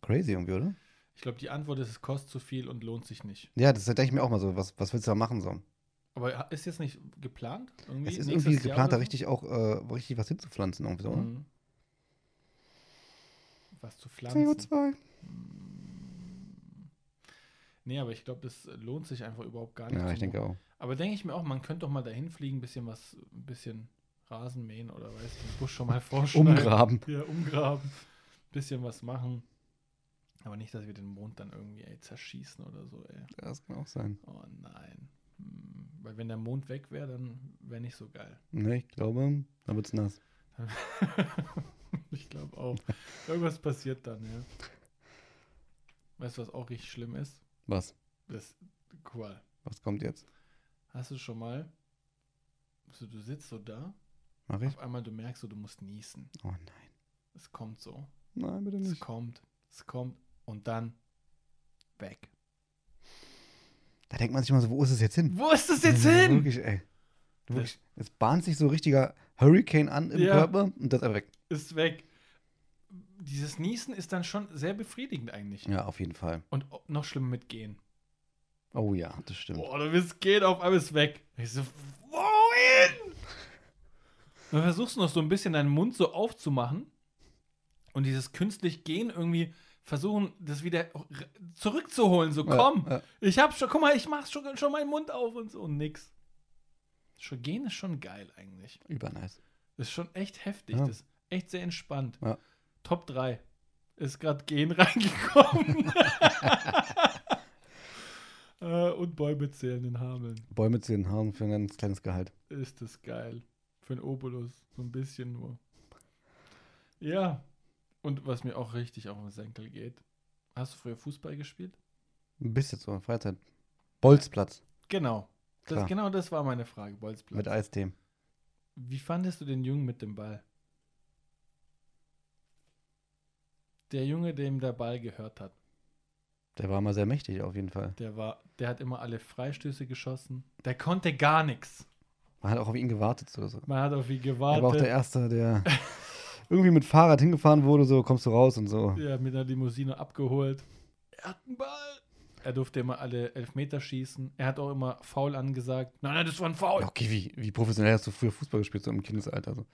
A: Crazy irgendwie, oder?
B: Ich glaube, die Antwort ist, es kostet zu viel und lohnt sich nicht.
A: Ja, das denke ich mir auch mal so. Was, was willst du da machen so?
B: Aber ha- ist jetzt nicht geplant? Irgendwie
A: Es ist
B: nächstes
A: irgendwie
B: Jahr
A: geplant, da
B: oder so?
A: richtig auch äh, richtig was hinzupflanzen irgendwie so. oder?
B: Mhm. Was zu pflanzen. Mhm.
A: CO2.
B: Nee, aber ich glaube, das lohnt sich einfach überhaupt gar nicht.
A: Ja,
B: zu
A: ich denke auch.
B: buchen. Aber denke ich mir auch, man könnte doch mal dahin fliegen, ein bisschen was, ein bisschen Rasen mähen oder weiß ich, den Busch schon mal vorschneiden.
A: Umgraben.
B: Ja, umgraben. Bisschen was machen. Aber nicht, dass wir den Mond dann irgendwie ey, zerschießen oder so, ey.
A: Das kann auch sein.
B: Oh nein. Hm, Weil wenn der Mond weg wäre, dann wäre nicht so geil.
A: Ne, ich glaube, da wird's nass.
B: ich glaube auch. Irgendwas passiert dann, ja. Weißt du, was auch richtig schlimm ist?
A: Was?
B: Das Qual.
A: Was kommt jetzt?
B: Hast du schon mal, so du sitzt so da,
A: Mach ich?
B: auf einmal du merkst so, du musst niesen.
A: Oh nein.
B: Es kommt so.
A: Nein, bitte
B: Es
A: nicht.
B: kommt, es kommt und dann weg.
A: Da denkt man sich immer so, wo ist es jetzt hin?
B: Wo ist das
A: Das ist
B: jetzt hin?
A: Hm. Wirklich, ey. Wirklich, es bahnt sich so richtiger Hurricane an im
B: Ja.
A: Körper und das ist einfach weg.
B: ist weg. Dieses Niesen ist dann schon sehr befriedigend eigentlich.
A: Ja, auf jeden Fall.
B: Und o- noch schlimmer mit Gehen.
A: Oh ja, das stimmt.
B: Boah, du willst gehen, auf einmal ist weg. Ich so, wohin? Dann versuchst du noch so ein bisschen deinen Mund so aufzumachen und dieses künstlich Gehen irgendwie versuchen, das wieder r- zurückzuholen. So,
A: Ja,
B: komm,
A: ja.
B: ich hab schon, guck mal, ich mach schon, schon meinen Mund auf und so und nix. Schon Gehen ist schon geil eigentlich.
A: Übernice.
B: Das ist schon echt heftig.
A: Ja.
B: Das ist echt sehr entspannt.
A: Ja.
B: Top 3. Ist gerade Gen reingekommen. äh, und Bäume zählen in Hameln.
A: Bäume zu den Haaren für ein ganz kleines Gehalt.
B: Ist das geil. Für einen Obolus. So ein bisschen nur. Ja. Und was mir auch richtig auf den Senkel geht. Hast du früher Fußball gespielt?
A: Ein bisschen so, Freizeit. Bolzplatz
B: Genau. Das,
A: Klar.
B: genau das war meine Frage,
A: mit
B: Bolzplatz.
A: Eistee.
B: Wie fandest du den Jungen mit dem Ball? Der Junge, dem der Ball gehört hat.
A: Der war mal sehr mächtig, auf jeden Fall.
B: Der war, der hat immer alle Freistöße geschossen. Der konnte gar nichts.
A: Man hat auch auf ihn gewartet oder so.
B: Man hat auf ihn
A: Er war auch der
B: gewartet.
A: Erste, der irgendwie mit Fahrrad hingefahren wurde, so kommst du raus und so.
B: Ja, mit einer Limousine abgeholt. Er hat einen Ball. Er durfte immer alle Elfmeter schießen. Er hat auch immer faul angesagt. Nein, nein, das war ein Foul.
A: Okay, wie, wie professionell hast du früher Fußball gespielt, so im Kindesalter? So.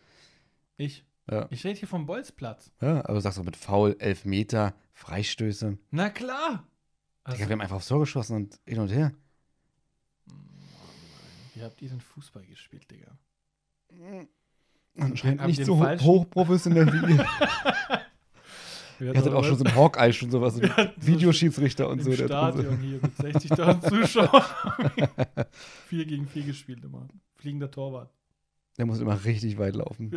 B: Ich,
A: Ja.
B: ich rede hier vom Bolzplatz.
A: ja, aber du sagst auch mit Foul, Elfmeter, Freistöße.
B: Na klar. Also,
A: Digga, wir haben einfach aufs Tor geschossen und hin und her.
B: wie habt ihr denn Fußball gespielt, Digga?
A: Anscheinend
B: haben
A: nicht
B: den
A: so ho-
B: falschen-
A: hochprofessionell wie ihr.
B: Wir
A: Ihr hattet auch schon so ein Hawkeye, schon sowas.
B: Wir hatten so
A: Videoschiedsrichter und
B: im
A: so. der drin
B: Stadion hier mit 60.000 Zuschauern. 4 gegen 4 gespielt immer. Fliegender Torwart.
A: Der muss immer richtig weit laufen.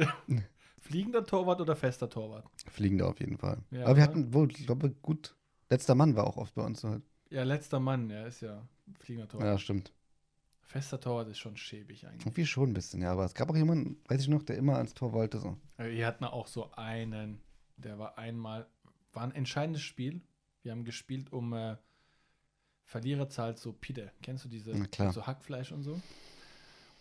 B: Fliegender Torwart oder fester Torwart?
A: Fliegender auf jeden Fall.
B: Ja,
A: Aber wir
B: oder?
A: hatten wohl, ich glaube, gut. Letzter Mann war auch oft bei uns. so Halt.
B: Ja, letzter Mann, ja, ist ja fliegender Torwart.
A: Ja, stimmt.
B: Fester Torwart ist schon schäbig eigentlich.
A: Irgendwie schon ein bisschen, ja. Aber es gab auch jemanden, weiß ich noch, der immer ans Tor wollte. So.
B: Also Wir hatten auch so einen, der war einmal, war ein entscheidendes Spiel. Wir haben gespielt um äh, Verlierer zahlt so Pide. Kennst du diese
A: Na klar.
B: so Hackfleisch und so?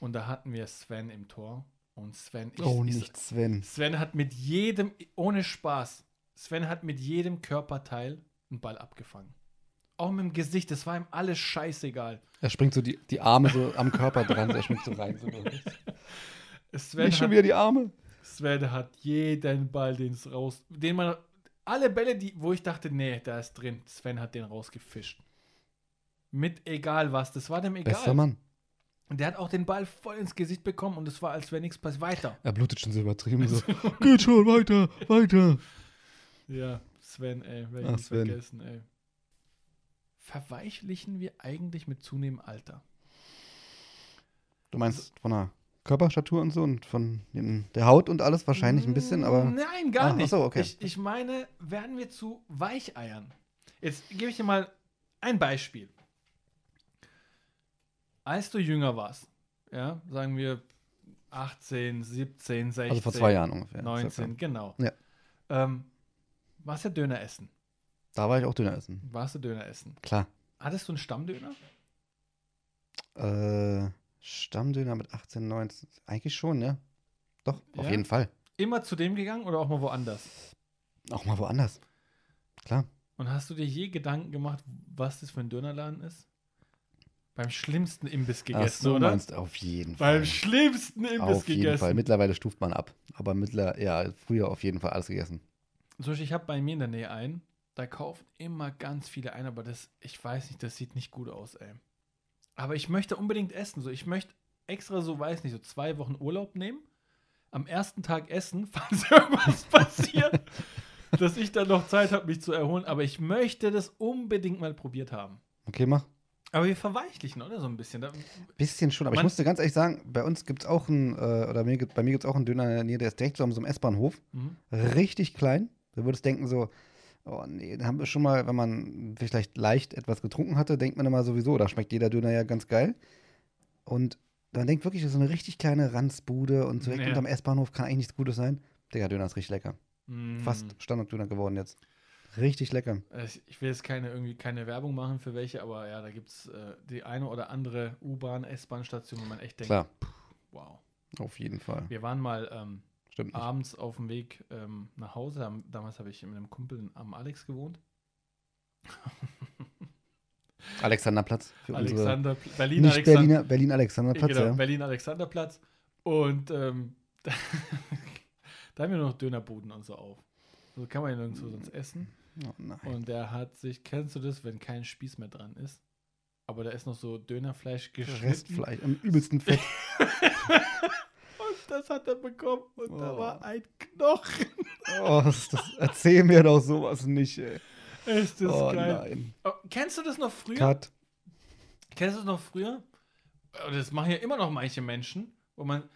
B: Und da hatten wir Sven im Tor. Und Sven ist,
A: oh,
B: ist
A: nicht Sven.
B: Sven hat mit jedem, ohne Spaß, Sven hat mit jedem Körperteil einen Ball abgefangen. Auch mit dem Gesicht, das war ihm alles scheißegal.
A: Er springt so die, die Arme so am Körper dran, er springt so rein. So
B: Sven
A: nicht schon
B: hat
A: wieder die Arme.
B: Sven hat jeden Ball, den es raus, den man, alle Bälle, die, wo ich dachte, nee, da ist drin, Sven hat den rausgefischt. Mit egal was, das war dem egal.
A: Bester Mann.
B: Und der hat auch den Ball voll ins Gesicht bekommen und es war, als wäre nichts passiert. Weiter.
A: Er blutet schon so übertrieben. So. Geht schon, weiter, weiter.
B: Ja, Sven, ey, werde ich
A: Ach,
B: nicht
A: Sven.
B: vergessen, ey. Verweichlichen wir eigentlich mit zunehmendem Alter?
A: Du meinst von der Körperstatur und so und von dem, der Haut und alles wahrscheinlich ein bisschen, aber
B: Nein, gar
A: Ah, ach
B: nicht.
A: so, okay.
B: ich, ich meine, werden wir zu Weicheiern? Jetzt gebe ich dir mal ein Beispiel. Als du jünger warst, ja, sagen wir 18, 17, 16,
A: also vor zwei Jahren ungefähr. circa.
B: 19, genau.
A: Ja.
B: Ähm, warst du Döner essen?
A: Da war ich auch Döner essen.
B: Warst du Döner essen?
A: Klar.
B: Hattest du einen Stammdöner?
A: Äh, Stammdöner mit 18, 19. Eigentlich schon, ja. Doch, auf
B: Ja?
A: jeden Fall.
B: Immer zu dem gegangen oder auch mal woanders?
A: Auch mal woanders. Klar.
B: Und hast du dir je Gedanken gemacht, was das für ein Dönerladen ist? Beim schlimmsten Imbiss gegessen,
A: so
B: oder?
A: meinst du, auf jeden
B: Beim
A: Fall.
B: schlimmsten Imbiss
A: Auf jeden
B: gegessen.
A: Fall. Mittlerweile stuft man ab. Aber mittler, ja, früher auf jeden Fall alles gegessen.
B: Zum Beispiel, ich habe bei mir in der Nähe einen, da kaufen immer ganz viele ein, aber das, ich weiß nicht, das sieht nicht gut aus, ey. Aber ich möchte unbedingt essen. So, ich möchte extra so, weiß nicht, so zwei Wochen Urlaub nehmen, am ersten Tag essen, falls irgendwas passiert, dass ich dann noch Zeit habe, mich zu erholen. Aber ich möchte das unbedingt mal probiert haben.
A: Okay, mach.
B: Aber wir verweichlichen, oder? So ein bisschen. Da,
A: Bisschen schon, aber
B: Man-
A: ich musste ganz ehrlich sagen, bei uns gibt es auch einen, äh, oder mir, gibt- bei mir gibt es auch einen Döner in der Nähe, der ist direkt so an so einem S-Bahnhof.
B: mhm.
A: richtig klein. Du würdest denken so, oh nee, da haben wir schon mal, wenn man vielleicht leicht etwas getrunken hatte, denkt man immer sowieso, da schmeckt jeder Döner ja ganz geil. Und man denkt wirklich, das ist so eine richtig kleine Ranzbude und direkt
B: Ja.
A: unterm S-Bahnhof kann eigentlich nichts Gutes sein. Digga, Döner ist richtig lecker.
B: Mhm.
A: Fast Standarddöner geworden jetzt. Richtig lecker.
B: Also Ich, ich will jetzt keine, irgendwie keine Werbung machen für welche, aber ja, da gibt es äh, die eine oder andere U-Bahn, S-Bahn-Station, wo man echt denkt,
A: Klar,
B: wow.
A: auf jeden Fall.
B: Wir waren mal ähm,
A: Stimmt nicht.
B: abends auf dem Weg ähm, nach Hause. Dam- Damals habe ich mit einem Kumpel am Alex gewohnt.
A: Alexanderplatz für unsere
B: Alexander, Berlin,
A: nicht
B: Alexander,
A: Berliner, Berlin-Alexanderplatz,
B: genau,
A: ja.
B: Berlin, Alexanderplatz. Und ähm, da, da haben wir nur noch Dönerbuden und so auf. So kann man ja nirgendwo sonst essen.
A: Oh nein.
B: Und der hat sich, kennst du das, wenn kein Spieß mehr dran ist? Aber da ist noch so Dönerfleisch geschnitten.
A: Restfleisch, im übelsten Fett.
B: Und das hat er bekommen und da
A: Oh.
B: war ein Knochen.
A: Oh, das, das, erzähl mir doch sowas nicht, ey.
B: Ist das
A: oh
B: geil.
A: nein.
B: Oh, kennst du das noch früher?
A: Cut.
B: Kennst du das noch früher? Oh, Das machen ja immer noch manche Menschen, wo man.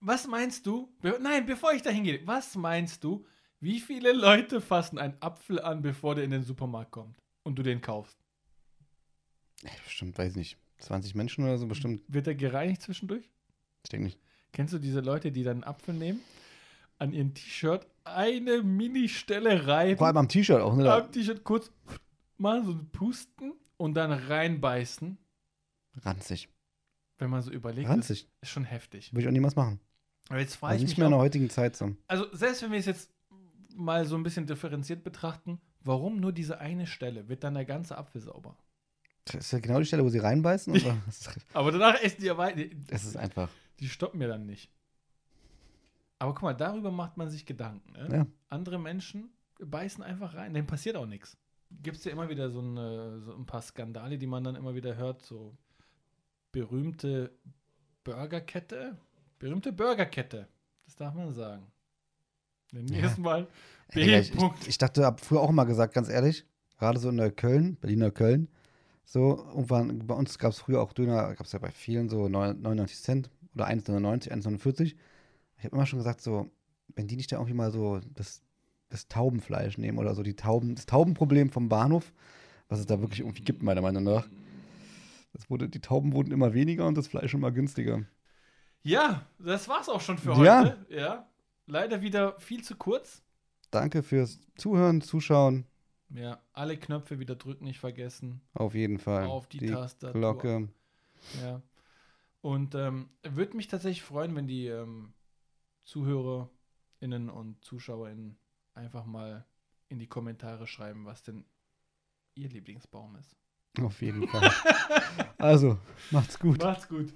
B: Was meinst du? Be Nein, bevor ich da hingehe, was meinst du, wie viele Leute fassen einen Apfel an, bevor der in den Supermarkt kommt und du den kaufst?
A: Bestimmt, weiß nicht. 20 Menschen oder so, bestimmt.
B: Wird der gereinigt zwischendurch?
A: Ich denke nicht.
B: Kennst du diese Leute, die dann einen Apfel nehmen, an ihren T-Shirt eine Mini-Stelle reiben?
A: Vor allem am T-Shirt auch, ne? Da
B: Am T-Shirt kurz mal so pusten und dann reinbeißen,
A: ranzig.
B: wenn man so überlegt.
A: Ranzig.
B: Ist, ist schon heftig.
A: Würde ich auch niemals machen.
B: Aber jetzt frage
A: Also
B: ich
A: nicht
B: mich,
A: mehr in der
B: auch,
A: heutigen Zeit so.
B: also selbst wenn wir es jetzt mal so ein bisschen differenziert betrachten, warum nur diese eine Stelle? Wird dann der ganze Apfel sauber?
A: Das ist ja genau die Stelle, wo sie reinbeißen. Und
B: Aber danach essen die ja weiter. Die,
A: es ist einfach.
B: die stoppen ja dann nicht. Aber guck mal, darüber macht man sich Gedanken. Ne?
A: Ja.
B: Andere Menschen beißen einfach rein, denen passiert auch nichts. Gibt es ja immer wieder so, eine, so ein paar Skandale, die man dann immer wieder hört, so berühmte Burgerkette, berühmte Burgerkette, das darf man sagen. Nennen wir
A: Ja.
B: es mal
A: Ey, Digga, ich,
B: B-Punkt.
A: ich, ich dachte, hab früher auch mal gesagt, ganz ehrlich, gerade so in der Köln, Berliner Köln, so irgendwann, bei uns gab es früher auch Döner, gab es ja bei vielen so neun- 99 Cent oder 1,99, 1,49. Ich habe immer schon gesagt, so, wenn die nicht da irgendwie mal so das, das Taubenfleisch nehmen oder so die Tauben, das Taubenproblem vom Bahnhof, was es da wirklich irgendwie gibt, meiner Meinung nach. Das wurde, die Tauben wurden immer weniger und das Fleisch immer günstiger.
B: Ja, das war's auch schon für
A: Ja.
B: heute. Ja. Leider wieder viel zu kurz.
A: Danke fürs Zuhören, Zuschauen,
B: Ja, alle Knöpfe wieder drücken, nicht vergessen.
A: auf jeden Fall.
B: Auf die, Tastatur.
A: Glocke.
B: Ja. Und ähm, würde mich tatsächlich freuen, wenn die ähm, ZuhörerInnen und ZuschauerInnen einfach mal in die Kommentare schreiben, was denn ihr Lieblingsbaum ist.
A: Auf jeden Fall. also, macht's gut.
B: Macht's gut.